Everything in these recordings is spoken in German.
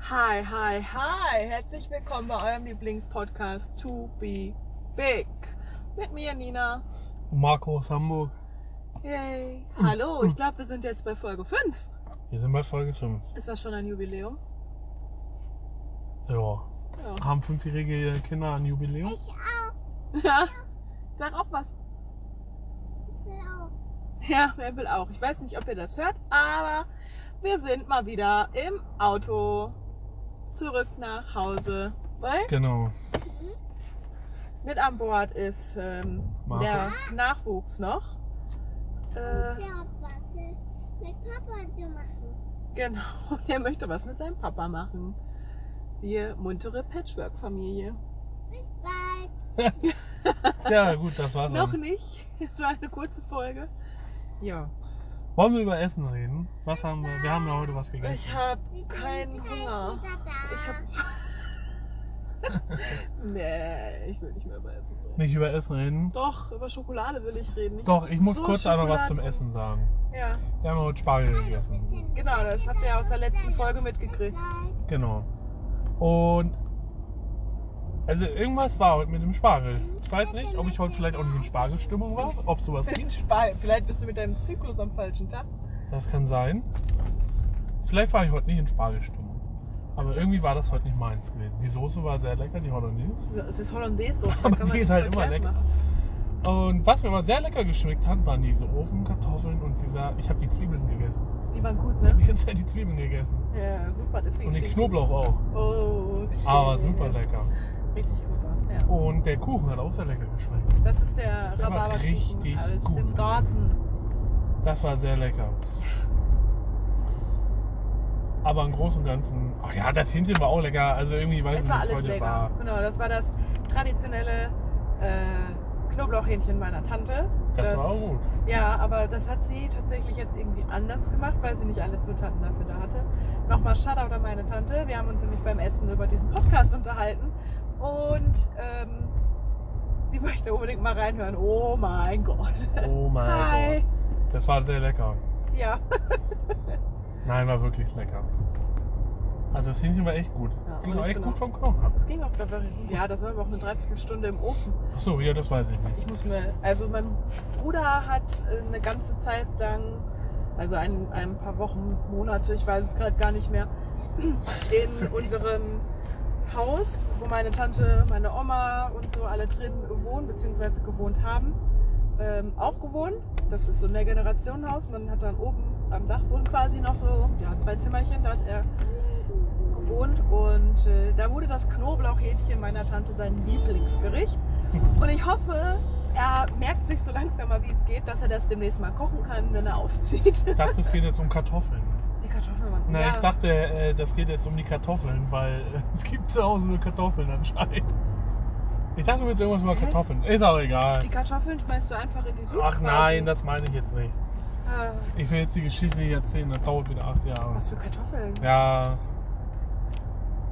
Hi, hi, hi. Herzlich willkommen bei eurem Lieblingspodcast To Be Big. Mit mir, Nina. Marco aus Hamburg. Yay. Hallo, ich glaube, wir sind jetzt bei Folge 5. Wir sind bei Folge 5. Ist das schon ein Jubiläum? Ja. Ja. Haben fünfjährige Kinder ein Jubiläum? Ich auch. Ja. Sag auch was. Blau. Ja, wer will auch. Ich weiß nicht, ob ihr das hört, aber wir sind mal wieder im Auto. Zurück nach Hause. Weil Genau. mit an Bord ist ähm, Marco. der Nachwuchs noch. Äh, Ich hab was äh, mit Papa zu machen. Genau, der möchte was mit seinem Papa machen. Wir muntere Patchwork-Familie. Bis bald. Ja, gut, das war's. Noch Dann. nicht. Es war eine kurze Folge. Ja. Wollen wir über Essen reden? Was haben wir? Wir haben ja heute was gegessen. Ich habe Wir keinen sind gleich Hunger. wieder Ich da. Nee, ich will nicht mehr über Essen reden. Nicht über Essen reden? Doch, über Schokolade will ich reden. Doch, hab ich muss so kurz einmal was zum Schokoladen- Essen sagen. Ja, Wir haben heute Spargel gegessen. genau, das habt ihr aus der letzten Folge mitgekriegt. Bis Genau. Und. Also, irgendwas war heute mit dem Spargel. Ich weiß nicht, ob ich heute vielleicht auch nicht in Spargelstimmung war, ob sowas Den Spal. Vielleicht bist du mit deinem Zyklus am falschen Tag. Das kann sein. Vielleicht war ich heute nicht in Spargelstimmung. Aber irgendwie war das heute nicht meins gewesen. Die Soße war sehr lecker, die Hollandaise. Es ist Hollandaise Soße. Aber die ist halt immer lecker. Und was mir aber sehr lecker geschmeckt hat, waren diese Ofenkartoffeln und dieser. Ich habe die Zwiebeln gegessen. Die waren gut, Ich habe ne? die ganze Zeit die Zwiebeln gegessen. Ja, super. Deswegen Und den steht- Knoblauch auch. Oh, shit. Aber super lecker. Richtig super. Ja. Und der Kuchen hat auch sehr lecker geschmeckt. Das ist der Der war Rhabarber richtig alles gut. im Garten. Das war sehr lecker. Aber im Großen und Ganzen. Ach ja, das Hähnchen war auch lecker. Also irgendwie weiß ich es nicht, war alles heute lecker. war. Genau, das war das traditionelle äh, Knoblauchhähnchen meiner Tante. Das, war auch gut. Ja, aber das hat sie tatsächlich jetzt irgendwie anders gemacht, weil sie nicht alle Zutaten dafür da hatte. Nochmal Shoutout an meine Tante. Wir haben uns nämlich beim Essen über diesen Podcast unterhalten und ähm, sie möchte unbedingt mal reinhören. Oh mein Gott. Oh mein Gott. Hi. Das war sehr lecker. Ja. Nein, war wirklich lecker. Also das Hähnchen war echt gut. Ja, genau. das ging und auch ich echt bin gut auch- vom Knochen ab. Das ging auch, glaube ich. Ja, das war aber auch eine Dreiviertelstunde im Ofen. Achso, ja, das weiß ich nicht. Ich muss mir, also mein Bruder hat äh, eine ganze Zeit lang, also ein, ein paar Wochen, Monate, ich weiß es gerade gar nicht mehr, in unserem Haus, wo meine Tante, meine Oma und so alle drin wohnen bzw. gewohnt haben, ähm, auch gewohnt. Das ist so ein Mehrgenerationenhaus. Man hat dann oben am Dachboden quasi noch so ja, zwei Zimmerchen, da hat er gewohnt und äh, da wurde das Knoblauchhähnchen meiner Tante sein Lieblingsgericht. Und ich hoffe, er merkt sich so langsam mal, wie es geht, dass er das demnächst mal kochen kann, wenn er auszieht. Ich dachte, es geht jetzt um Kartoffeln. Die Kartoffeln waren Nein, ja, ich dachte, äh, das geht jetzt um die Kartoffeln, weil äh, es gibt zu Hause nur Kartoffeln anscheinend. Ich dachte, du willst irgendwas über Hä? Kartoffeln. Ist auch egal. Die Kartoffeln schmeißt du einfach in die Suppe. Ach nein, das meine ich jetzt nicht. Ich will jetzt die Geschichte nicht erzählen, das dauert wieder acht Jahre. was für Kartoffeln? Ja,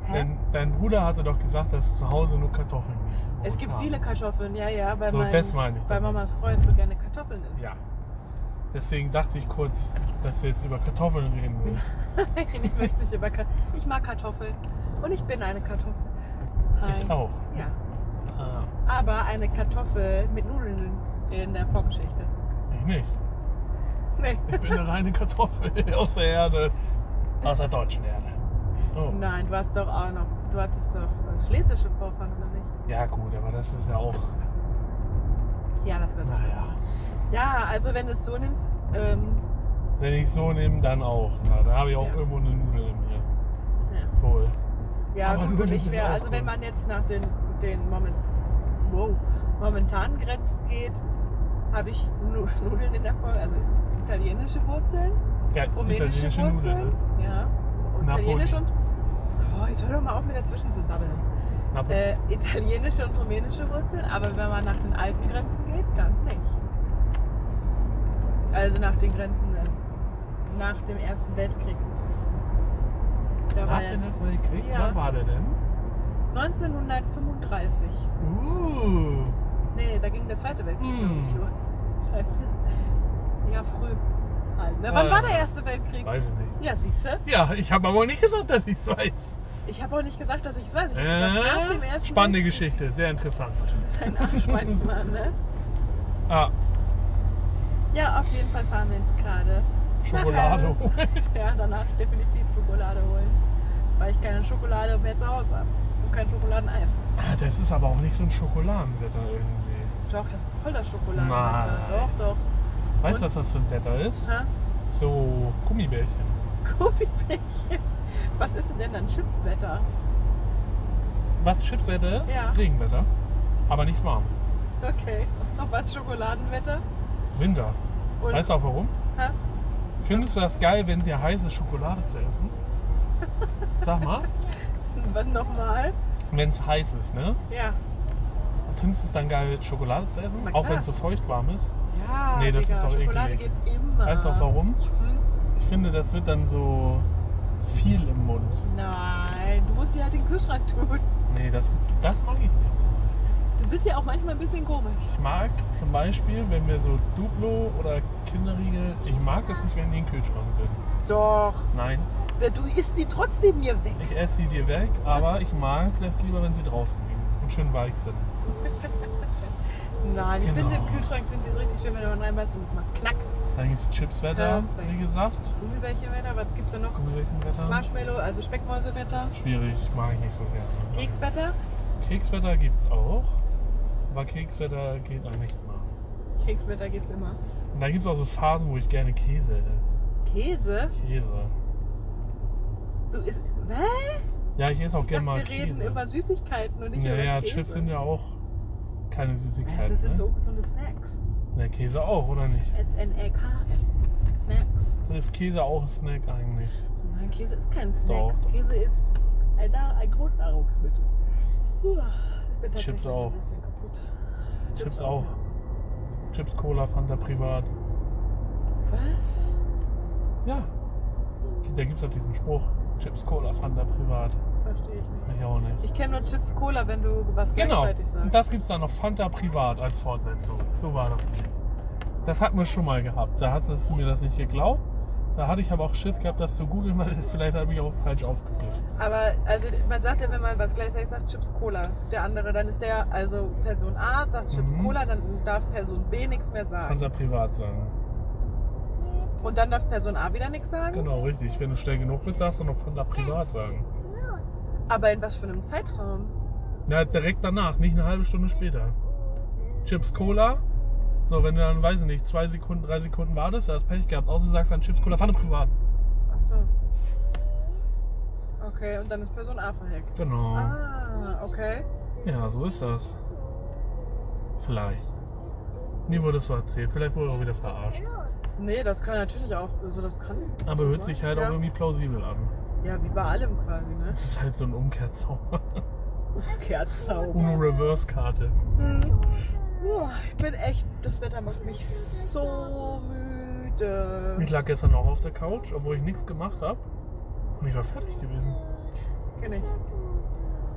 Hä? denn dein Bruder hatte doch gesagt, dass es zu Hause nur Kartoffeln gibt. es gibt Ja. viele Kartoffeln, ja, ja, weil, Ah. So, mein, das meine ich weil damit. Mamas Freund so gerne Kartoffeln isst. Ja. Deswegen dachte ich kurz, dass du jetzt über Kartoffeln reden willst. ich möchte nicht über Kartoffeln. Ich mag Kartoffeln und ich bin eine Kartoffel. Hi. Ich auch. Ja, Ah, aber eine Kartoffel mit Nudeln in der Vorgeschichte. ich nicht. Nee. Ich bin eine reine Kartoffel aus der Erde. Aus der deutschen Erde. Oh. Nein, du hast doch auch noch, du hattest doch äh, schlesische Vorfahren, oder nicht? Ja gut, aber das ist ja auch. Ja, das gehört Naja. Ja, also wenn du es so nimmst, ähm, Wenn ich so nehme, dann auch. Na, da habe ich auch Ja. irgendwo eine Nudel in mir. ja, Wohl. ja Aber gut, und Nudeln ich sind wäre, auch also wenn gut. man jetzt nach den, den Moment, wow, momentanen Grenzen geht, habe ich Nu- Nudeln in der Folge, also italienische Wurzeln, Ja, rumänische italienische Wurzeln, Nudeln. ne? ja, und Napoli. italienisch und, oh, jetzt hör doch mal auf mir dazwischen zu sabbeln. Napoli. Äh, italienische und rumänische Wurzeln, aber wenn man nach den alten Grenzen geht, dann nicht. Also nach den Grenzen äh, nach dem Ersten Weltkrieg. Da war Hat ja denn das mal gekriegt? Ja. Wann war der denn? 1935. Uh. Nee, da ging der Zweite Weltkrieg. Mm. glaub ich, los. Scheiße. Ja, früh. Halt, ne? Ja, Wann war ja. der Erste Weltkrieg? Weiß ich nicht. Ja, siehst du? Ja, ich habe aber nicht gesagt, dass ich es weiß. Ich habe auch nicht gesagt, dass ich es weiß. Ich hab gesagt, nach dem Äh, ersten spannende Weltkrieg- Geschichte, sehr interessant. Sein Arsch manchmal, ne? Ah, Ja, auf jeden Fall fahren wir jetzt gerade. nach Schokolade. Harris. Ja, danach definitiv Schokolade holen. Weil ich keine Schokolade mehr zu Hause habe. Und kein Schokoladeneis. ah, das ist aber auch nicht so ein Schokoladenwetter irgendwie. Doch, das ist voll das Schokoladen. Nein. Doch, doch. Und? Weißt du, was das für ein Wetter ist? Ha? So Gummibärchen. Gummibärchen. Was ist denn denn dann Chipswetter? Was Chipswetter ist? Ja. Regenwetter. Aber nicht warm. Okay. Und was Schokoladenwetter? Winter. Und, Weißt du auch warum? Ha? Findest du das geil, wenn dir heiße Schokolade zu essen? Sag mal, Was nochmal? wenn es heiß ist, ne? Ja. Findest du es dann geil, Schokolade zu essen? Na Auch klar. wenn es so feucht warm ist? Ja, Nee, das Digga, ist doch Schokolade eklig. geht immer. Weißt du auch warum? Hm? Ich finde, das wird dann so viel im Mund. Nein, du musst dir halt den Kühlschrank tun. Nee, das, das mag ich nicht. zum Beispiel. Du bist ja auch manchmal ein bisschen komisch. Ich mag zum Beispiel, wenn wir so Duplo oder Kinderriegel, ich mag es nicht, wenn die im Kühlschrank sind. Doch. Nein, Du isst die trotzdem hier weg. ich esse sie dir weg, aber ich mag das lieber, wenn sie draußen liegen und schön weich sind. Nein, ich Genau. finde im Kühlschrank sind die so richtig schön, wenn du reinbeißt und es macht Knack. Dann gibt es Chipswetter, Perfekt. wie gesagt. Gummibärchenwetter, was gibt's da noch? Gummibärchenwetter. Marshmallow, also Speckmäusewetter, Schwierig, mag ich nicht so gerne. Kekswetter. Kekswetter gibt's auch, aber Kekswetter geht eigentlich immer. Kekswetter geht's immer. Und dann gibt es auch so Phasen, wo ich gerne Käse esse. Käse? Käse. Du isst. Was? Ja, ich esse auch Ich dachte, gerne mal wir reden Käse. über Süßigkeiten und nicht ja, über ja, Käse. Chips sind ja auch keine Was Süßigkeit. das sind ne? so ungesunde Snacks. Na, Käse auch, oder nicht? Also S-N-A-K. Snacks. Ist Käse auch ein Snack eigentlich? Nein, Käse ist kein Snack. Doch, doch. Käse ist ein, Na- ein Grundnahrungsmittel. Puh, ich bin tatsächlich Chips auch. ein bisschen kaputt. Chips auch. Chips, Cola, Fanta Privat. Was? Ja. Da gibt's auch diesen Spruch. Chips, Cola, Fanta Privat. Verstehe ich nicht. Ich auch nicht. Ich kenne nur Chips Cola, wenn du was Genau. gleichzeitig Und sagst. das gibt's dann noch Fanta Privat als Fortsetzung. So war das nicht. Das hatten wir schon mal gehabt. Da hast du mir das nicht geglaubt. Da hatte ich aber auch Schiss gehabt, das zu googeln, weil vielleicht habe ich auch falsch aufgegriffen. Aber also man sagt ja, wenn man was gleichzeitig sagt, Chips Cola. Der andere, dann ist der, also Person A sagt Chips Mhm. Cola, dann darf Person B nichts mehr sagen. Fanta Privat sagen. Und dann darf Person A wieder nichts sagen. Genau, richtig. Wenn du schnell genug bist, darfst du noch Fanta privat sagen. Los. Aber in was für einem Zeitraum? Na, direkt danach, nicht eine halbe Stunde später. Chips Cola. So, wenn du dann, weiß ich nicht, zwei Sekunden, drei Sekunden wartest, hast Pech gehabt. Außer du sagst dann Chips Cola, Fanta privat. Achso. Okay, und dann ist Person A verhext. Genau. Ah, okay. Ja, so ist das. Vielleicht. Mir wurde es so erzählt. Vielleicht wurde ich auch wieder verarscht. Los. Nee, das kann natürlich auch, also das kann. Aber hört sich halt ja. auch irgendwie plausibel an. Ja, wie bei allem quasi, ne? Das ist halt so ein Umkehrzauber. Umkehrzauber. Uno Reverse-Karte. Hm. Boah, ich bin echt, das Wetter macht mich so müde. Ich lag gestern auch auf der Couch, obwohl ich nichts gemacht habe. Und ich war fertig gewesen. Kenn ich.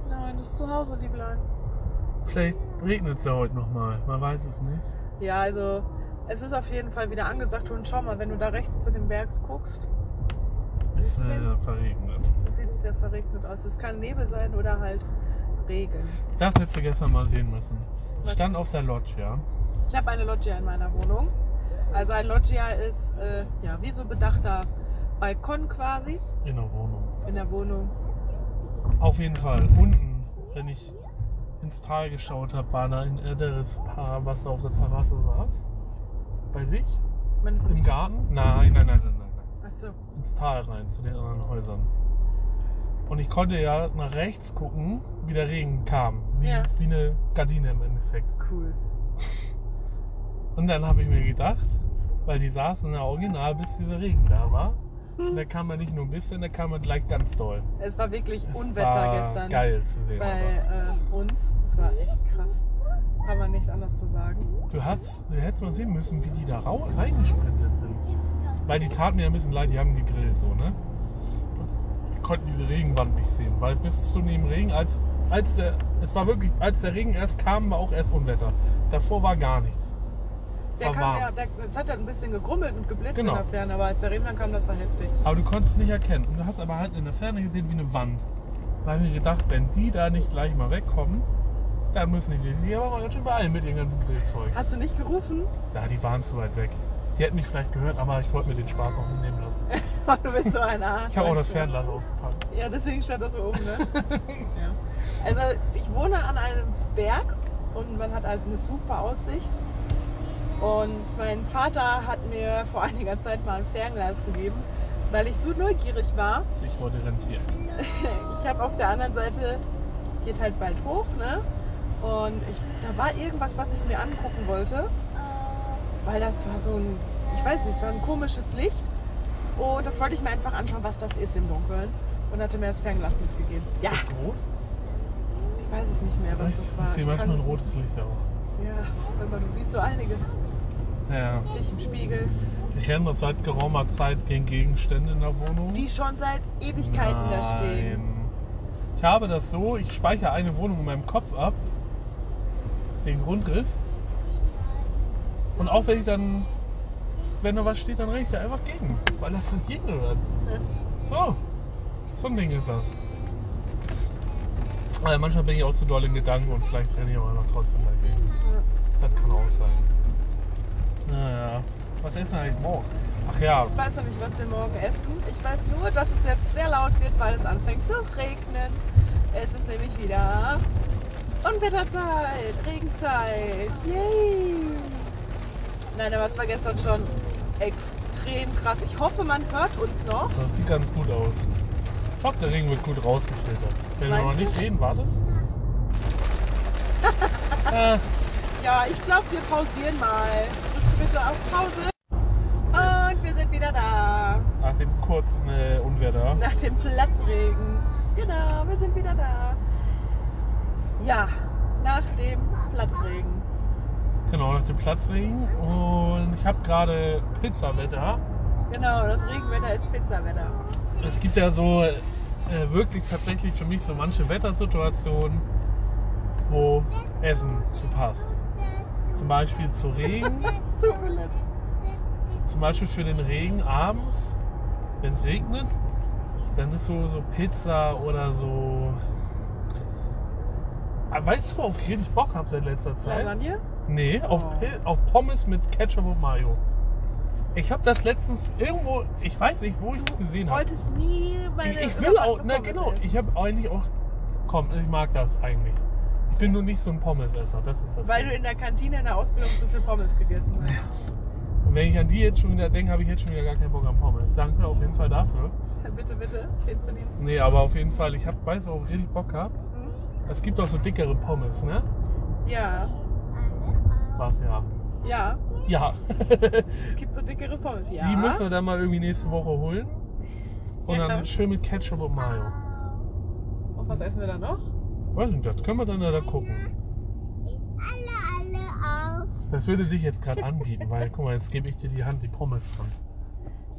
Nein, das ist zu Hause, Lieblein. Vielleicht regnet es ja heute nochmal, man weiß es nicht. Ja, also es ist auf jeden Fall wieder angesagt und schau mal, wenn du da rechts zu den Bergs guckst, Es ist Siehst du äh, verregnet. dann sieht es ja verregnet aus. Es kann Nebel sein oder halt Regen. Das hättest du gestern mal sehen müssen. Ich Was? stand auf der Lodge, ja. Ich habe eine Loggia in meiner Wohnung. Also ein Loggia ist äh, ja wie so bedachter Balkon quasi In der Wohnung. in der Wohnung. Auf jeden Fall, unten, wenn ich ins Tal geschaut habe, war da ein älteres Paar, was da auf der Terrasse saß. Bei sich? Meine Im Familie. Garten? Nein, nein, nein, nein, nein. nein. Achso. Ins Tal rein, zu den anderen Häusern. Und ich konnte ja nach rechts gucken, wie der Regen kam. Wie, Ja. wie eine Gardine im Endeffekt. Cool. Und dann habe ich mir gedacht, weil die saßen ja original, bis dieser Regen da war. Und da kam er nicht nur ein bisschen, da kam er gleich ganz doll. Es war wirklich Es Unwetter war gestern Geil zu sehen. einfach. bei äh, uns. Es war echt krass. Kann man nicht anders zu sagen. Du, hast, du hättest mal sehen müssen, wie die da rau reingesprintet sind. Weil die taten mir ein bisschen leid, die haben gegrillt so, ne? Wir konnten diese Regenwand nicht sehen, weil bis zu dem Regen, als, als der, es war wirklich, als der Regen erst kam, war auch erst Unwetter. Davor war gar nichts. Es Der war kam, warm. ja, der, es hat ja ein bisschen gegrummelt und geblitzt Genau. in der Ferne, aber als der Regen dann kam, das war heftig. Aber du konntest es nicht erkennen. Und du hast aber halt in der Ferne gesehen, wie eine Wand Da habe ich mir gedacht, wenn die da nicht gleich mal wegkommen, dann müssen die sich aber mal ganz schön beeilen mit ihrem ganzen Grillzeug. Hast du nicht gerufen? Ja, die waren zu weit weg. Die hätten mich vielleicht gehört, aber ich wollte mir den Spaß auch mitnehmen lassen. du bist so ein Arsch. Ich habe auch das Weißt du? Fernglas ausgepackt. Ja, deswegen stand das oben, ne? ja. Also ich wohne an einem Berg und man hat halt eine super Aussicht. Und mein Vater hat mir vor einiger Zeit mal ein Fernglas gegeben, weil ich so neugierig war. Sich heute rentiert. Ich habe auf der anderen Seite, geht halt bald hoch, ne? Und ich, da war irgendwas, was ich mir angucken wollte, weil das war so ein, ich weiß nicht, es war ein komisches Licht. Und das wollte ich mir einfach anschauen, was das ist im Dunkeln. Und hatte mir das Fernglas mitgegeben. Ja, Ist das rot? ich weiß es nicht mehr, was ich das war. ich sehe Ich manchmal kann ein es- rotes Licht auch. Ja, aber du siehst so einiges. Ja. Dich im Spiegel, Ich renne doch seit geraumer Zeit gegen Gegenstände in der Wohnung. die schon seit Ewigkeiten Nein. da stehen. Ich habe das so, ich speichere eine Wohnung in meinem Kopf ab, den Grundriss. Und auch wenn ich dann, wenn da was steht, dann renne ich da einfach gegen, weil das dann hingehört. Ja. So, so ein Ding ist das. Aber manchmal bin ich auch zu doll in Gedanken und vielleicht renne ich auch einfach trotzdem dagegen. Das kann auch sein. Naja, was essen wir eigentlich morgen? Ach ja, Ich weiß noch nicht, was wir morgen essen. Ich weiß nur, dass es jetzt sehr laut wird, weil es anfängt zu regnen. Es ist nämlich wieder Unwetterzeit, Regenzeit. Yay! Nein, aber es war gestern schon extrem krass. Ich hoffe, man hört uns noch. das sieht ganz gut aus. Ich glaube, der Regen wird gut rausgefiltert. Wenn wir Meinst noch nicht du? reden, warte. äh, Ja, ich glaube, wir pausieren mal. Drückst du bitte auf Pause. Und wir sind wieder da. nach dem kurzen äh, Unwetter. Nach dem Platzregen. Genau, wir sind wieder da. Ja, nach dem Platzregen. Genau, nach dem Platzregen. Und ich habe gerade Pizzawetter. Genau, das Regenwetter ist Pizzawetter. Es gibt ja so äh, wirklich tatsächlich für mich so manche Wettersituationen, wo Essen zu passt. Zum Beispiel zu Regen, Tut mir leid. zum Beispiel für den Regen abends, wenn es regnet, dann ist so, so Pizza oder so. Ah, Weißt du, worauf ich richtig Bock habe seit letzter Zeit? Lasagne? Nee, auf, Oh. Pil- auf Pommes mit Ketchup und Mayo. Ich habe das letztens irgendwo, ich weiß nicht, wo ich das gesehen Du habe. wolltest nie Ich, meine. ich will auch, na Pommes genau, essen. ich habe eigentlich auch, komm, ich mag das eigentlich. Ich bin nur nicht so ein Pommesesser, das ist das. Weil du Ding. in der Kantine in der Ausbildung so viel Pommes gegessen hast. Und wenn ich an die jetzt schon wieder denke, habe ich jetzt schon wieder gar keinen Bock an Pommes. Danke auf jeden Fall dafür. Bitte, bitte, stehst du die? Nee, aber auf jeden Fall, ich hab, weiß auch richtig Bock gehabt. Hm? Es gibt auch so dickere Pommes, ne? Ja, Was ja. ja. Ja. Es gibt so dickere Pommes. Ja. Die müssen wir dann mal irgendwie nächste Woche holen. Und Ja. dann schön mit Ketchup und Mayo. Und was essen wir dann noch? Weiß nicht, das können wir dann ja da gucken. Alle, alle auf. Das würde sich jetzt gerade anbieten, weil guck mal, jetzt gebe ich dir die Hand, die Pommes dran.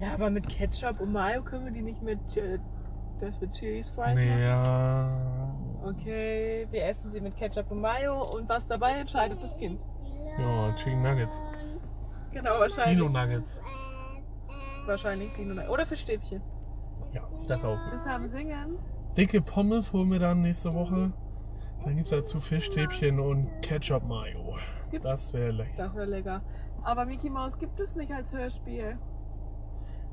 Ja, aber mit Ketchup und Mayo können wir die nicht mit, äh, das mit Cheese Fries Nee, machen? ja. Okay, wir essen sie mit Ketchup und Mayo und was dabei entscheidet das Kind. Ja, Chicken Nuggets. Genau, wahrscheinlich. Dino Nuggets. Wahrscheinlich Dino Nugget. Oder Fischstäbchen. Ja, das auch. Bis am Singen. Dicke Pommes holen wir dann nächste Woche. Dann gibt es dazu Fischstäbchen und Ketchup Mayo. Gibt- Das wäre lecker. Das wäre lecker. Aber Mickey Mouse gibt es nicht als Hörspiel.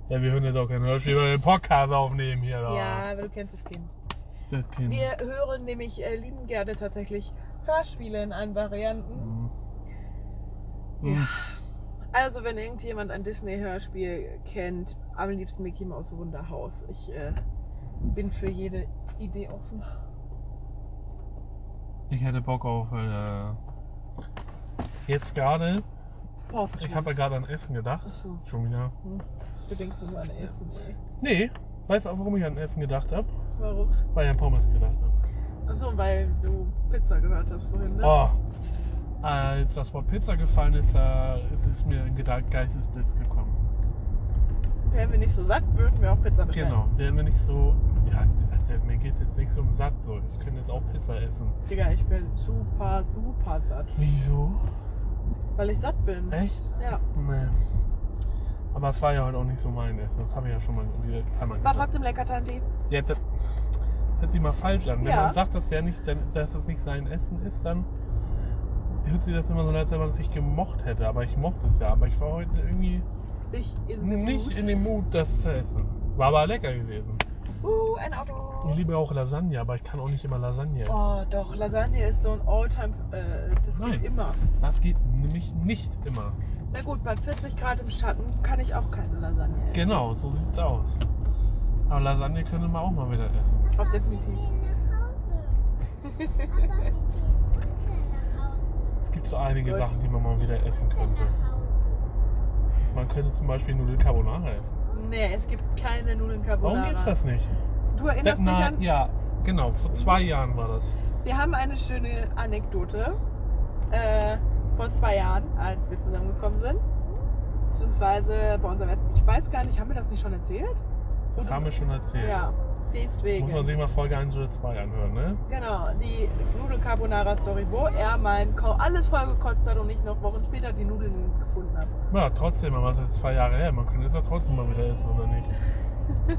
Ja, wir hören jetzt auch kein Hörspiel, weil wir einen Podcast aufnehmen hier. Da. Ja, aber du kennst das Kind. Das Kind. Wir hören nämlich äh, lieben gerne tatsächlich Hörspiele in allen Varianten. Mhm. Hm. Ja. Hm. Also, wenn irgendjemand ein Disney-Hörspiel kennt, am liebsten Mickey Mouse Wunderhaus. Ich äh, bin für jede Idee offen. Ich hätte Bock auf. Äh, jetzt gerade. Boah, Ich habe ja gerade an Essen gedacht. Achso, Schon wieder. du denkst nur an Essen. Ey. Nee, weißt du auch, warum ich an Essen gedacht habe? Warum? Weil ich an Pommes gedacht habe. Achso, weil du Pizza gehört hast vorhin, ne? Oh, als das Wort Pizza gefallen ist, da ist es mir ein Geda- Geistesblitz gekommen. Wären wir nicht so satt, würden wir auch Pizza bestellen. Genau, wäre mir nicht so. Ja, also mir geht jetzt nichts um satt so. Ich könnte jetzt auch Pizza essen. Digga, ich bin super, super satt. Wieso? Weil ich satt bin. Echt? Ja. Nee. Aber es war ja heute auch nicht so mein Essen. Das habe ich ja schon mal wieder einmal Es war trotzdem lecker, Tanti. Ja, das, hört sich mal falsch an. Wenn Ja. man sagt, das wäre nicht, dann, dass das nicht sein Essen ist, dann hört sich das immer so an, als wenn man es nicht gemocht hätte. Aber ich mochte es ja. Aber ich war heute irgendwie Nicht in den nicht Mut. in dem Mut, das zu essen. War aber lecker gewesen. Uh, ein Ich Auto. liebe auch Lasagne, aber ich kann auch nicht immer Lasagne essen. Oh, doch, Lasagne ist so ein Alltime. Äh, das Nein. geht immer. Das geht nämlich nicht immer. Na gut, bei 40 Grad im Schatten kann ich auch keine Lasagne essen. Genau, so sieht's aus. Aber Lasagne könnte man auch mal wieder essen. Auf definitiv. Wir gehen nach Hause. Aber wir gehen unter nach Hause. Es gibt so einige Gut. Sachen, die man mal wieder essen Unter könnte. nach Hause. Man könnte zum Beispiel Nudel Carbonara essen. Nee, es gibt keine Nudeln Carbonara. Warum gibt's das nicht? Du erinnerst dich Detmar- an. ja, genau, vor zwei Jahren war das. Wir haben eine schöne Anekdote äh, vor zwei Jahren, als wir zusammengekommen sind. Beziehungsweise bei unserem letzten. Ich weiß gar nicht, haben wir das nicht schon erzählt? Das haben wir schon erzählt. Ja, Muss man deswegen. sich mal Folge 1 oder 2 anhören, ne? Genau, die Nudel Carbonara Story, wo er mein Kau alles vollgekotzt hat und ich noch Wochen später die Nudeln gefunden habe. Ja, trotzdem, aber es ist jetzt zwei Jahre her. Man könnte es ja trotzdem mal wieder essen, oder nicht?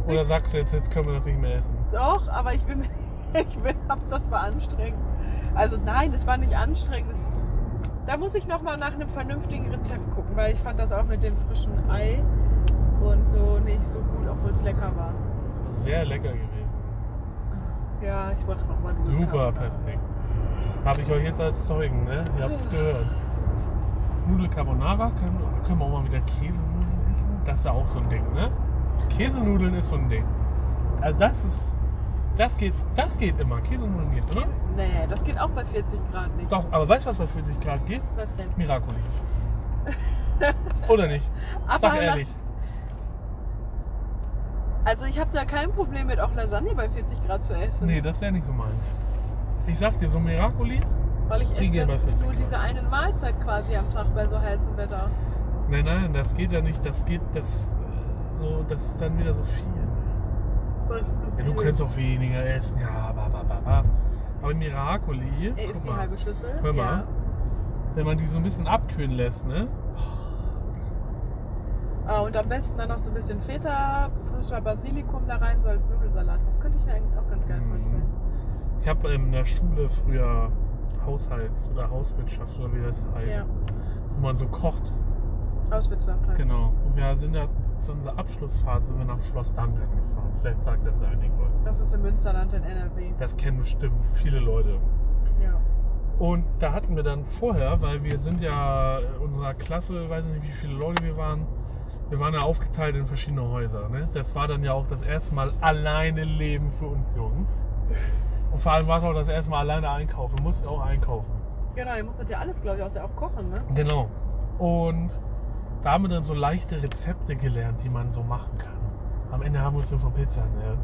Oder sagst du jetzt, jetzt können wir das nicht mehr essen? Doch, aber ich bin, ich bin, hab, das war anstrengend. Also nein, das war nicht anstrengend. Das, da muss ich noch mal nach einem vernünftigen Rezept gucken, weil ich fand das auch mit dem frischen Ei und so nicht so gut, obwohl es lecker war. Sehr lecker gewesen. Ja, ich wollte noch mal diese Super, Carbonara. perfekt. Habe ich euch jetzt als Zeugen, ne? Ihr habt es gehört. Nudel Carbonara, können, können wir auch mal wieder Käsenudeln essen? Das ist ja auch so ein Ding, ne? Käsenudeln ist so ein Ding. Also das ist, das geht, das geht immer. Käsenudeln geht immer. Nee, das geht auch bei 40 Grad nicht. Doch, aber weißt du, was bei 40 Grad geht? Was denn? Miracoli. Oder nicht? Sag ehrlich. Also ich habe da kein Problem mit, auch Lasagne bei 40 Grad zu essen. Nee, das wäre nicht so meins. Ich sag dir, so Miracoli, weil ich die esse gehen bei 40 nur Grad. diese eine Mahlzeit quasi am Tag bei so heißem Wetter. Nein, nein, das geht ja nicht. Das geht, das, äh, so, das ist dann wieder so viel. Ja, du kannst auch weniger essen. Ja, ba, ba, ba, ba. Aber Miracoli, Ey, guck ist die mal, halbe Schüssel? Hör mal. Ja. wenn man die so ein bisschen abkühlen lässt, ne? Ah, und am besten dann noch so ein bisschen Feta, frischer Basilikum da rein, so als Nudelsalat. Das könnte ich mir eigentlich auch ganz geil Mhm. vorstellen. Ich habe in der Schule früher Haushalts- oder Hauswirtschaft oder wie das heißt, Ja, wo man so kocht. Hauswirtschaft halt. Genau. Und wir sind ja zu unserer Abschlussphase sind wir nach Schloss Dangan gefahren. Vielleicht sagt das ja einigen Leuten. Das ist im Münsterland in NRW. Das kennen bestimmt viele Leute. Ja. Und da hatten wir dann vorher, weil wir sind ja in unserer Klasse, weiß nicht wie viele Leute wir waren, wir waren ja aufgeteilt in verschiedene Häuser. Ne? Das war dann ja auch das erste Mal alleine leben für uns Jungs. Und vor allem war es auch das erste Mal alleine einkaufen. Wir mussten auch einkaufen. Genau, ihr musstet ja alles, glaube ich, außer auch kochen, ne? Genau. Und da haben wir dann so leichte Rezepte gelernt, die man so machen kann. Am Ende haben wir uns nur von Pizza ernährt.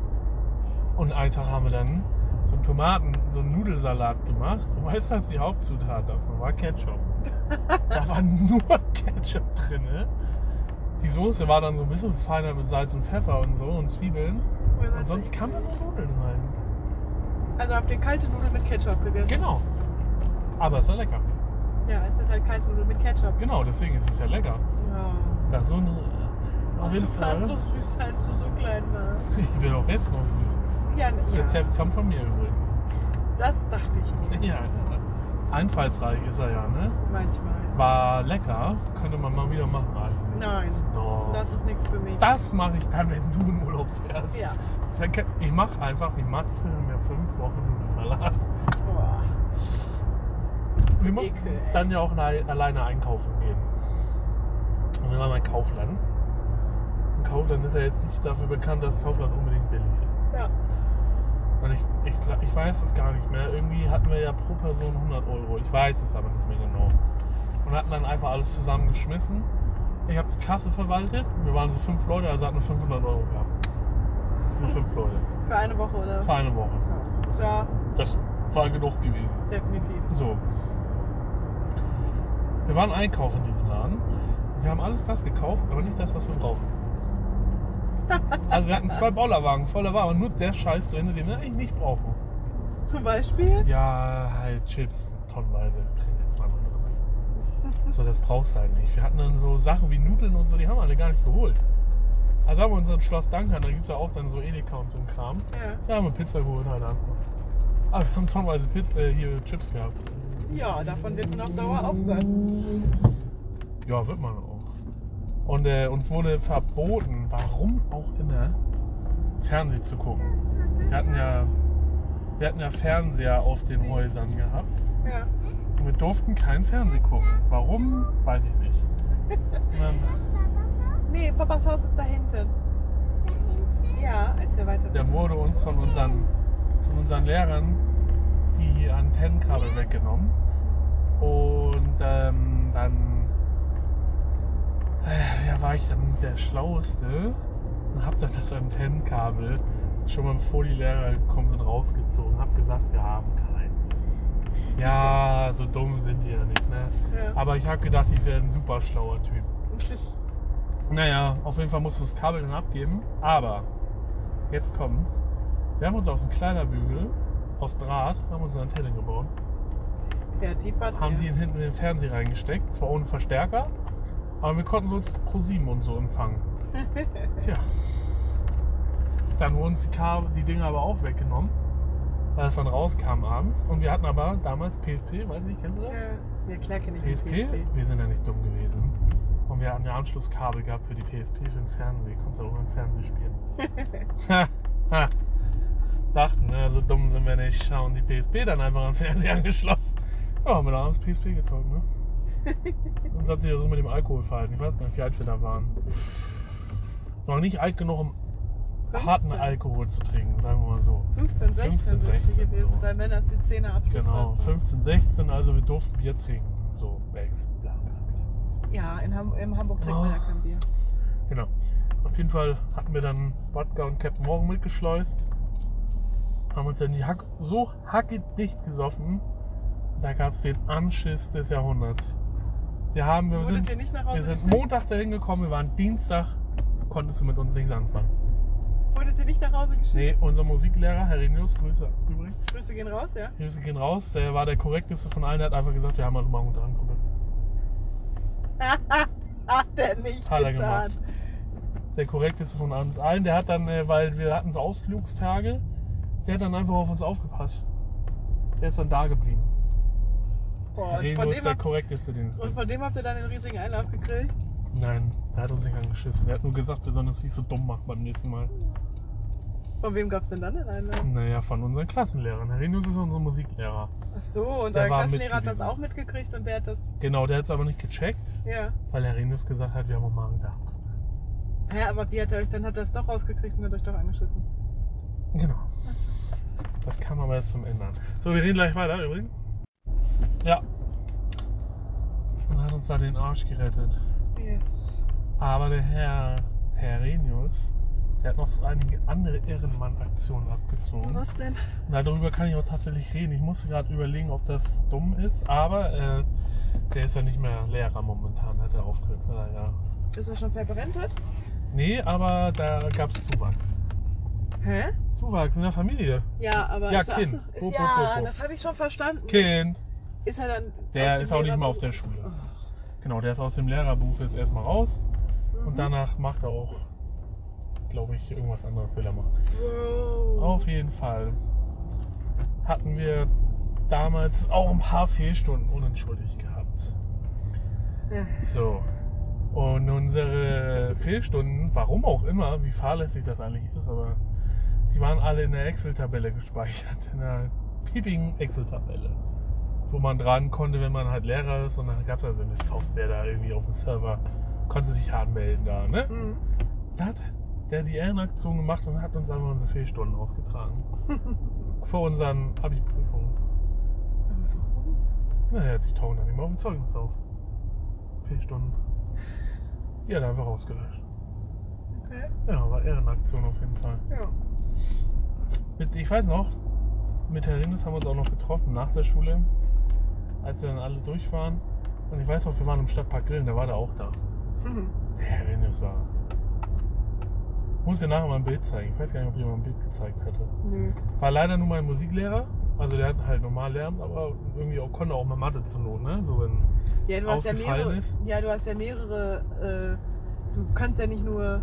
Und einen Tag haben wir dann so einen Tomaten, so einen Nudelsalat gemacht. Und weißt du, was die Hauptzutat davon war? Ketchup. da war nur Ketchup drin. Ne? Die Soße war dann so ein bisschen feiner mit Salz und Pfeffer und so und Zwiebeln. Und sonst kam da nur Nudeln rein. Also habt ihr kalte Nudeln mit Ketchup gegessen? Genau. Aber es war lecker. Ja, es sind halt kalte Nudeln mit Ketchup. Genau, deswegen ist es ja lecker. Ja. Da so ein. Auf jeden du Fall. warst so süß, als du so klein warst. Ich bin auch jetzt noch süß. Ja, Das ja. Rezept kam von mir übrigens. Das dachte ich mir. Ja, einfallsreich ist er ja, ne? Manchmal. War lecker, könnte man mal wieder machen eigentlich. Nein, Doch. das ist nichts für mich. Das mache ich dann, wenn du in Urlaub fährst. Ja. Dann kann- Ich mache einfach wie Matze mir fünf Wochen einen Salat. Boah. Wir mussten Ekel, ey. dann ja auch alle- alleine einkaufen gehen. Und wir waren bei Kaufland. Und Kaufland ist ja jetzt nicht dafür bekannt, dass Kaufland unbedingt billig ist. Ja. Und ich, ich, gla- ich weiß es gar nicht mehr. Irgendwie hatten wir ja pro Person 100 Euro. Ich weiß es aber nicht mehr genau. Und hatten dann einfach alles zusammengeschmissen. Ich habe die Kasse verwaltet. Wir waren so fünf Leute, also hatten wir 500 Euro gehabt. Nur fünf Leute. Für eine Woche oder? Für eine Woche. Ja, Das war genug gewesen. definitiv. So. Wir waren einkaufen in diesem Laden. Wir haben alles das gekauft, aber nicht das, was wir brauchen. Also wir hatten zwei Bollerwagen voller Ware, nur der Scheiß drin, den wir eigentlich nicht brauchen. Zum Beispiel? Ja, halt Chips, tonnenweise. Kriegen jetzt mal drin. So, das brauchst du halt nicht. Wir hatten dann so Sachen wie Nudeln und so, die haben wir alle gar nicht geholt. Also haben wir unseren Schloss Dankern, da gibt es ja auch dann so Edeka und so ein Kram. Ja. Da haben wir Pizza geholt heute Abend. Ah, wir haben tonweise Pit, äh, hier Chips gehabt. ja, davon wird man auf Dauer auch sein. Ja, wird man auch. Und äh, uns wurde verboten, warum auch immer, Fernsehen zu gucken. Wir hatten ja, wir hatten ja Fernseher auf den Häusern gehabt. Ja. Und wir durften kein Fernsehen gucken. Warum, weiß ich nicht. Und dann, Nee, Papas Haus ist da hinten. Ja, erzähl weiter. dann wurde uns von unseren, von unseren Lehrern die Antennenkabel weggenommen. Und ähm, dann äh, ja, war ich dann der Schlaueste und habe dann das Antennenkabel schon mal bevor die Lehrer gekommen sind rausgezogen. Hab gesagt, wir haben keins. Ja, so dumm sind die ja nicht, ne? Ja. Aber ich habe gedacht, ich wäre ein super schlauer Typ. Naja, auf jeden Fall musst du das Kabel dann abgeben. Aber jetzt kommt's. Wir haben uns aus einem Kleiderbügel, aus Draht, haben uns eine Antenne gebaut. Kreativ war Haben die hinten in den Fernseher reingesteckt, zwar ohne Verstärker, aber wir konnten so Pro 7 und so empfangen. Tja. Dann wurden uns die, Kabel, die Dinger aber auch weggenommen, weil es dann rauskam abends. Und wir hatten aber damals PSP, weiß ich nicht, kennst du das? Ja, ja klar kenne ich die PSP? Wir sind ja nicht dumm gewesen. Und wir hatten ja Anschlusskabel gehabt für die PSP für den Fernseher. Konntest du auch im Fernsehen spielen. Ha. Dachten, ne, so dumm sind wir nicht. Haben die PSP dann einfach am Fernseher angeschlossen. Ja, haben wir da abends PSP gezockt, ne? Sonst hat sich ja so mit dem Alkohol verhalten. Ich weiß gar nicht, wie alt wir da waren. Noch nicht alt genug, um harten 15. Alkohol zu trinken, sagen wir mal so. 15, 16 15, dürfte 16, gewesen so. sein, wenn das die Zähne abschließt. Genau, 15, 16, also wir durften Bier trinken. So, Wegs, bla bla bla. Ja, in Ham im Hamburg trinkt Oh. man ja kein Bier. Genau. Auf jeden Fall hatten wir dann Wodka und Captain Morgan mitgeschleust. Haben uns dann die Hack so hackedicht gesoffen. Da gab es den Anschiss des Jahrhunderts. Wir haben, wir Wurdet sind, ihr nicht nach wir Hause sind geschickt? Montag dahin gekommen, wir waren Dienstag, konntest du mit uns nichts anfangen. Wurdet ihr nicht nach Hause geschickt? Nee, unser Musiklehrer, Herr Renius, Grüße übrigens. Grüße gehen raus, ja? Grüße gehen raus, der war der korrekteste von allen, der hat einfach gesagt, wir haben halt morgen dran gekommen. Hat er nicht Hat er getan. der korrekteste von uns allen. Der hat dann, äh, weil wir hatten so Ausflugstage, der hat dann einfach auf uns aufgepasst. Der ist dann da geblieben. Boah, und, Rezo von ist dem der habt, korrekteste, den es und gibt. von dem habt ihr dann den riesigen Einlauf gekriegt? Nein, der hat uns nicht angeschissen. Der hat nur gesagt, wir sollen das nicht so dumm machen beim nächsten Mal. Von wem gab's denn dann den Einlauf? Naja, von unseren Klassenlehrern. Herr Renius ist unser Musiklehrer. Ach so, und Der euer war Klassenlehrer hat das mitgewesen. auch mitgekriegt und der hat das. Genau, der hat es aber nicht gecheckt, Ja. weil Herr Renius gesagt hat, wir haben auch Magen da. Ja, aber wie hat er euch dann hat er es doch rausgekriegt und hat euch doch angeschissen? Genau. Ach so. Das kam aber erst zum Ändern. So, wir reden gleich weiter übrigens. Ja. Und hat uns da den Arsch gerettet. Yes. Aber der Herr Herenius, der hat noch so einige andere Ehrenmann-Aktionen abgezogen. Was denn? Na, darüber kann ich auch tatsächlich reden. Ich musste gerade überlegen, ob das dumm ist, aber äh, der ist ja nicht mehr Lehrer momentan, hat er aufgehört. weil er Ja. Ist er schon verbrenntet? Nee, aber da gab es Zuwachs. Hä? Zuwachs in der Familie. Ja, aber Ja, ist er, Kind. ach so, Popo, ist, ja, Popo. das habe ich schon verstanden. Kind, Ist er dann. der aus dem ist auch nicht Lehrer- mehr auf der Schule. Genau, der ist aus dem Lehrerbuch jetzt erstmal raus Mhm. und danach macht er auch, glaube ich, irgendwas anderes will er machen. Wow. Auf jeden Fall hatten wir damals auch ein paar Fehlstunden unentschuldigt gehabt. Ja. So. Und unsere Fehlstunden, warum auch immer, wie fahrlässig das eigentlich ist, aber die waren alle in der Excel-Tabelle gespeichert. In einer piepigen Excel-Tabelle. Wo man dran konnte, wenn man halt Lehrer ist und dann gab es da so eine Software da irgendwie auf dem Server. Konnte sich anmelden da, ne? Mhm. Da hat der die Ehrenaktion gemacht und hat uns einfach unsere Fehlstunden ausgetragen. Vor unseren Abi-Prüfungen. Warum? Na, er hat sich taugen dann immer auf dem Zeugnis auf. Fehlstunden. Die hat er einfach ausgelöscht. Okay. Ja, war Ehrenaktion auf jeden Fall. Ja. Mit, ich weiß noch, mit Herr Rindes haben wir uns auch noch getroffen nach der Schule, als wir dann alle durch waren. Und ich weiß noch, wir waren im Stadtpark Grillen, da war der auch da. Mhm. Der Herr Rindes war. Ich muss dir nachher mal ein Bild zeigen. Ich weiß gar nicht, ob jemand ein Bild gezeigt hatte. Nö. War leider nur mein Musiklehrer. Also der hat halt normal Lärm, aber irgendwie auch, konnte auch mal Mathe zur Not, ne? So in, Ja, du hast ja Aufgefallen mehrere. ist? Ja, du hast ja mehrere. Äh, du kannst ja nicht nur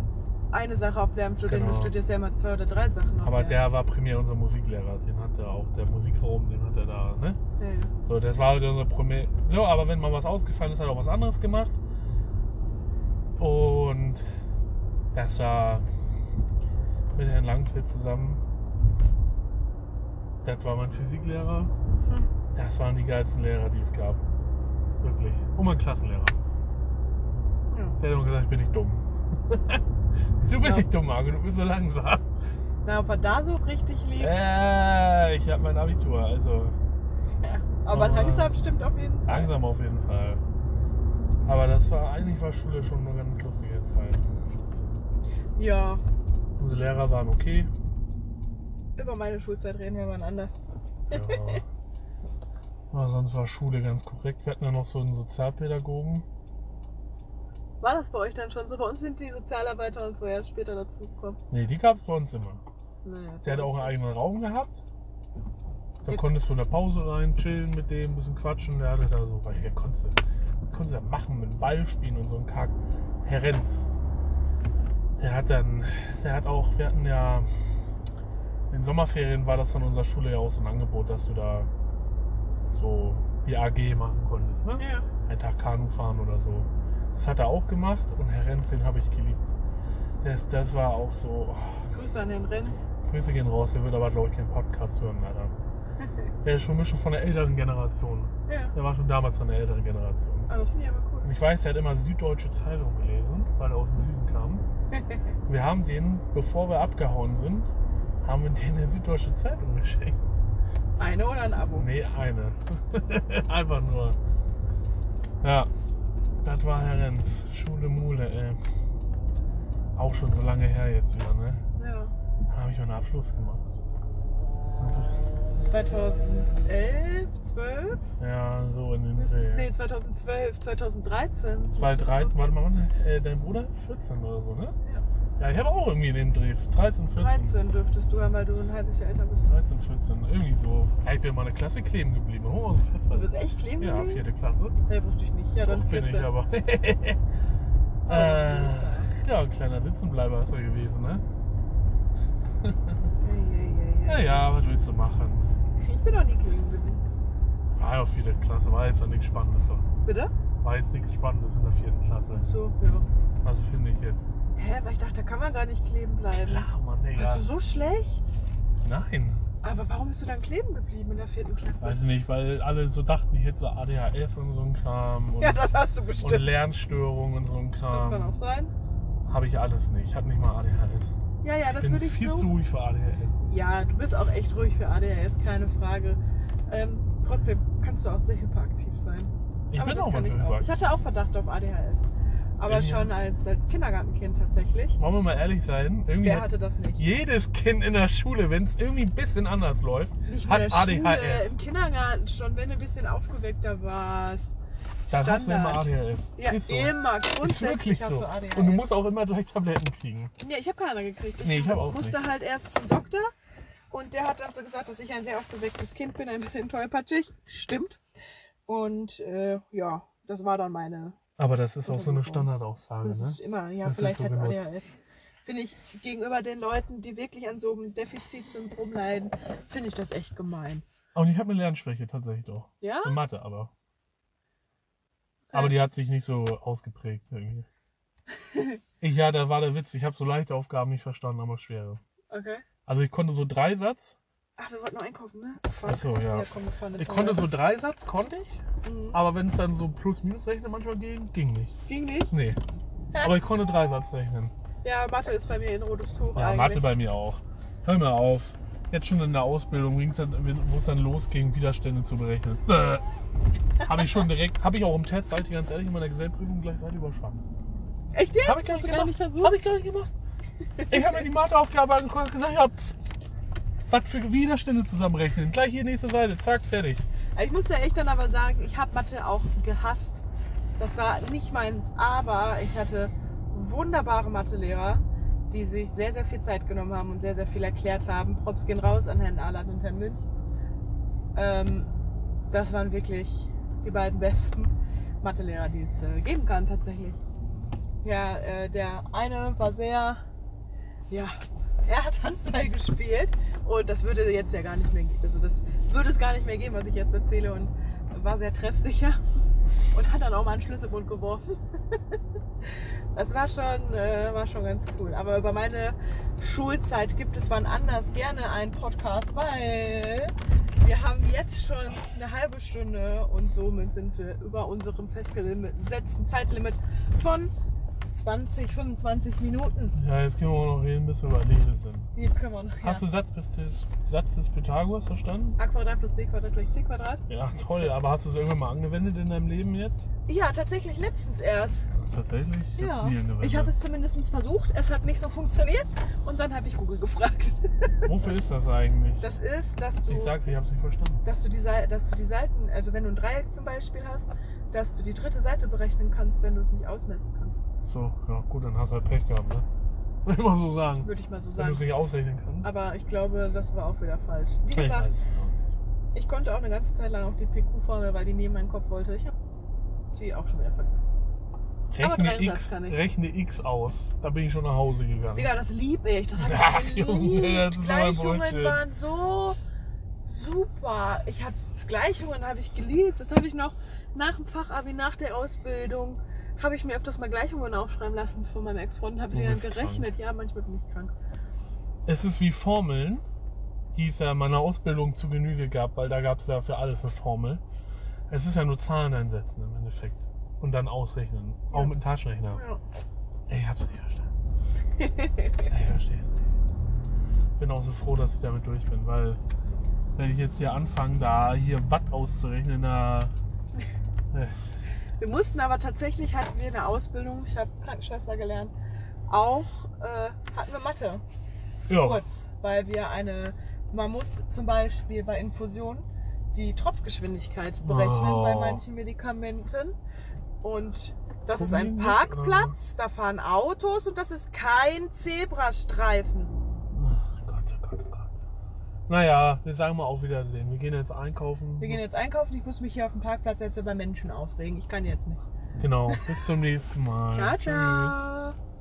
eine Sache auf Lehramt studieren. Genau. Du studierst ja immer zwei oder drei Sachen auf Aber Lehramt. der war primär unser Musiklehrer, den hat er auch, der Musikraum, den hat er da, ne? Ja, ja. So, das war halt unser Primär. So, aber wenn mal was ausgefallen ist, hat er auch was anderes gemacht. Und das war mit Herrn Langfeld zusammen. Das war mein Physiklehrer. Hm. Das waren die geilsten Lehrer, die es gab. Wirklich. Und mein Klassenlehrer. ja. Der hat immer gesagt, ich bin nicht dumm. du Ja. bist nicht dumm, Marco, du bist so langsam. Na, ob er da so richtig liegt. Äh, ich habe mein Abitur, also Ja. Aber aber- langsam stimmt auf jeden Fall. langsam auf jeden Fall. Aber das war eigentlich war Schule schon eine ganz lustige Zeit. Ja, Unsere Lehrer waren okay. über meine Schulzeit reden wir mal anders. Ja. Aber sonst war Schule ganz korrekt. Wir hatten ja noch so einen Sozialpädagogen. War das bei euch dann schon so? Bei uns sind die Sozialarbeiter und so erst später dazu gekommen. Nee, die gab es bei uns immer. Naja, Der hatte auch einen eigenen Raum gehabt. Da Ja. konntest du in der Pause rein, chillen mit dem, ein bisschen quatschen. Der hatte da so, weil der konntest, du- konntest du da machen mit dem Ball spielen und so einen Kack. Herr Renz. Der hat dann, der hat auch, wir hatten ja, in den Sommerferien war das von unserer Schule ja auch so ein Angebot, dass du da so wie AG machen konntest, ne? Ja. einen Tag Kanu fahren oder so. Das hat er auch gemacht und Herr Renz, den habe ich geliebt. Das, das war auch so, oh, Grüße an den Renz. Grüße gehen raus, der wird aber, glaube ich, keinen Podcast hören, leider. Der ist schon ein bisschen von der älteren Generation. ja. Der war schon damals von der älteren Generation. Aber das finde ich aber Und cool. ich weiß, der hat immer Süddeutsche Zeitung gelesen, weil er aus dem Süden kam. Wir haben den, bevor wir abgehauen sind, haben wir denen eine Süddeutsche Zeitung geschenkt. Eine oder ein Abo? Nee, eine. Einfach nur. Ja, das war Herr Renz. Schule Mule, ey. Auch schon so lange her jetzt wieder, ne? Ja. Da habe ich meinen Abschluss gemacht. 2011, 12? Ja, so in den Müsste, Dreh. nee, 2012, 2013. müsstest 2, 3, du- warte mal, wann? Äh, dein Bruder? 14 oder so, ne? Ja. Ja, ich habe auch irgendwie in dem Dreh. 13, 14. 13 dürftest du haben, weil du ein halbes Jahr älter bist. 13, 14, irgendwie so. Ja, ich bin mal eine Klasse kleben geblieben. Oh, fest. Du bist echt kleben Ja, geblieben? vierte Klasse. Nee, wusste ich nicht. Ja, dann Oh, Doch, bin ich 14. aber. äh, ja, ein kleiner Sitzenbleiber ist er gewesen, ne? Eieiei. Ja, ja, was willst du machen? Ich bin noch nie kleben geblieben. War ja vierte Klasse, war jetzt ja nichts Spannendes. Bitte? War jetzt nichts Spannendes in der vierten Klasse. Ach so, ja. Also finde ich jetzt. Hä, weil ich dachte, da kann man gar nicht kleben bleiben. Klar, Mann, Warst Digga. du so schlecht? Nein. Aber warum bist du dann kleben geblieben in der vierten Klasse? Weiß ich nicht, weil alle so dachten, ich hätte so ADHS und so ein Kram und, ja, das hast du und bestimmt. Lernstörungen und so ein Das kann auch Kram. sein. Habe ich alles nicht. Ich habe nicht mal ADHS. Ja, ja, das ich bin würde ich viel so. zu ruhig für ADHS. Ja, du bist auch echt ruhig für ADHS, keine Frage. Ähm, trotzdem kannst du auch sehr hyperaktiv sein. Ich Aber bin das auch kann ich manchmal auch. Ich überrascht. hatte auch Verdacht auf ADHS. Aber Ja. schon als, als Kindergartenkind tatsächlich. Wollen wir mal ehrlich sein? Irgendwie Wer hat hatte das nicht? jedes Kind in der Schule, wenn es irgendwie ein bisschen anders läuft, Nicht hat bei der Schule, ADHS. im Kindergarten schon, wenn du ein bisschen aufgeweckter warst. Dann hast du immer Standard. ADHS. Ja, ist so. immer. Ist Grundsätzlich wirklich hast so. du ADHS. Und du musst auch immer gleich Tabletten kriegen. Nee, ich habe keine gekriegt. Nee, ich hab auch musste halt erst zum Doktor und der hat dann so gesagt, dass ich ein sehr aufgewecktes Kind bin, ein bisschen tollpatschig. Stimmt. Und äh, ja, das war dann meine. Aber das ist auch so eine Untersuchung. Standardaussage, Das ist ne? immer, ja, Das vielleicht wird hat so genutzt. ADHS. Finde ich gegenüber den Leuten, die wirklich an so einem Defizitsyndrom leiden, finde ich das echt gemein. Und ich habe eine Lernschwäche tatsächlich auch. Ja? In Mathe aber. Aber die hat sich nicht so ausgeprägt irgendwie. Ich, ja, da war der Witz. Ich habe so leichte Aufgaben nicht verstanden, aber schwere. Okay. Also ich konnte so drei Satz. Ach, wir wollten noch einkaufen, ne? Fuck. Ach so, ja. ja komm, wir fahren eine Ich konnte so Pause. drei Satz, konnte ich. Mhm. Aber wenn es dann so Plus-Minus-Rechnen manchmal ging, ging nicht. Ging nicht? Nee. Aber ich konnte drei Satz rechnen. Ja, Mathe ist bei mir in rotes Tuch. Ja, eigentlich. Mathe bei mir auch. Hör mir auf. Jetzt schon in der Ausbildung, ging's dann, wo es dann losging, Widerstände zu berechnen. Bäh. Habe ich schon direkt, habe ich auch im Test, halt ganz ehrlich, in meiner Gesellenprüfung gleich Seite überschlagen. Echt jetzt? Hab ich gar Hast nicht du gar gemacht. nicht versucht? Hab ich gar nicht gemacht. Ich habe mir die Matheaufgabe angeguckt und gesagt, ja, pff, was für Widerstände zusammenrechnen. Gleich hier nächste Seite, zack, fertig. Ich muss ja echt dann aber sagen, ich habe Mathe auch gehasst. Das war nicht meins, aber ich hatte wunderbare Mathelehrer, die sich sehr, sehr viel Zeit genommen haben und sehr, sehr viel erklärt haben. Props gehen raus an Herrn Ahland und Herrn Münch. Ähm, das waren wirklich die beiden besten Mathelehrer, die es äh, geben kann tatsächlich. Ja, äh, der eine war sehr Ja, er hat Handball gespielt und das würde jetzt ja gar nicht mehr gehen. Also das würde es gar nicht mehr geben, was ich jetzt erzähle und war sehr treffsicher und hat dann auch mal einen Schlüsselbund geworfen. Das war schon, äh, war schon ganz cool. Aber über meine Schulzeit gibt es wann anders gerne einen Podcast, weil wir haben jetzt schon eine halbe Stunde und somit sind wir über unserem festgesetzten Zeitlimit von 20, 25 Minuten. Ja, jetzt können wir auch noch reden, bis wir bei Liebe sind. Jetzt können wir noch. Hast du Satz bis des, Satz des Pythagoras verstanden? A Quadrat plus B Quadrat gleich C Quadrat? Ja, toll. Aber hast du es irgendwann mal angewendet in deinem Leben jetzt? Ja, tatsächlich letztens erst. Tatsächlich? Ich hab's Ja. nie angewendet. Ich habe es zumindest versucht. Es hat nicht so funktioniert. Und dann habe ich Google gefragt. Wofür ist das eigentlich? Das ist, dass du, ich sag's, ich hab's nicht verstanden. dass, du die, Sei- dass du die Seiten, also wenn du ein Dreieck zum Beispiel hast, dass du die dritte Seite berechnen kannst, wenn du es nicht ausmessen kannst. So, ja gut, dann hast du halt Pech gehabt, ne? Würde ich mal so sagen. Würde ich mal so Wenn du es sagen. nicht ausrechnen kannst. Aber ich glaube, das war auch wieder falsch. Wie Ich gesagt, weiß es noch nicht. ich konnte auch eine ganze Zeit lang auch die PQ-Formel, weil die neben meinen Kopf wollte. Ich habe die auch schon wieder vergessen. Aber Rechne keinen Satz X, kann ich. rechne X aus. Da bin ich schon nach Hause gegangen. Digga, das lieb ich. Das Ach, hab ich Junge, das geliebt. ist aber Gleichungen Bullshit. waren so super. Ich hab's, Gleichungen habe ich geliebt. Das habe ich noch nach dem Fachabi, nach der Ausbildung, habe ich mir öfters mal Gleichungen aufschreiben lassen von meinem Ex-Freund und habe Du die dann bist gerechnet. Ja, manchmal bin ich krank. Es ist wie Formeln, die es ja in meiner Ausbildung zu Genüge gab, weil da gab es ja für alles eine Formel. Es ist ja nur Zahlen einsetzen im Endeffekt. Und dann ausrechnen. Auch Ja. mit dem Taschenrechner. Ja. Ey, ich hab's nicht verstanden. Ey, ich versteh's nicht. Bin auch so froh, dass ich damit durch bin, weil wenn ich jetzt hier anfange, da hier Watt auszurechnen, da. Äh, Wir mussten aber tatsächlich, hatten wir eine Ausbildung, ich habe Krankenschwester gelernt, auch äh, hatten wir Mathe. Ja, kurz, weil wir eine, man muss zum Beispiel bei Infusionen die Tropfgeschwindigkeit berechnen Oh. bei manchen Medikamenten. Und das ist ein Gummimit, Parkplatz, da fahren Autos und das ist kein Zebrastreifen. Ach Gott, oh Gott, oh Gott. Naja, wir sagen mal auf Wiedersehen. Wir gehen jetzt einkaufen. Wir gehen jetzt einkaufen, ich muss mich hier auf dem Parkplatz jetzt über Menschen aufregen. Ich kann jetzt nicht. Genau, bis zum nächsten Mal. Ciao, ciao.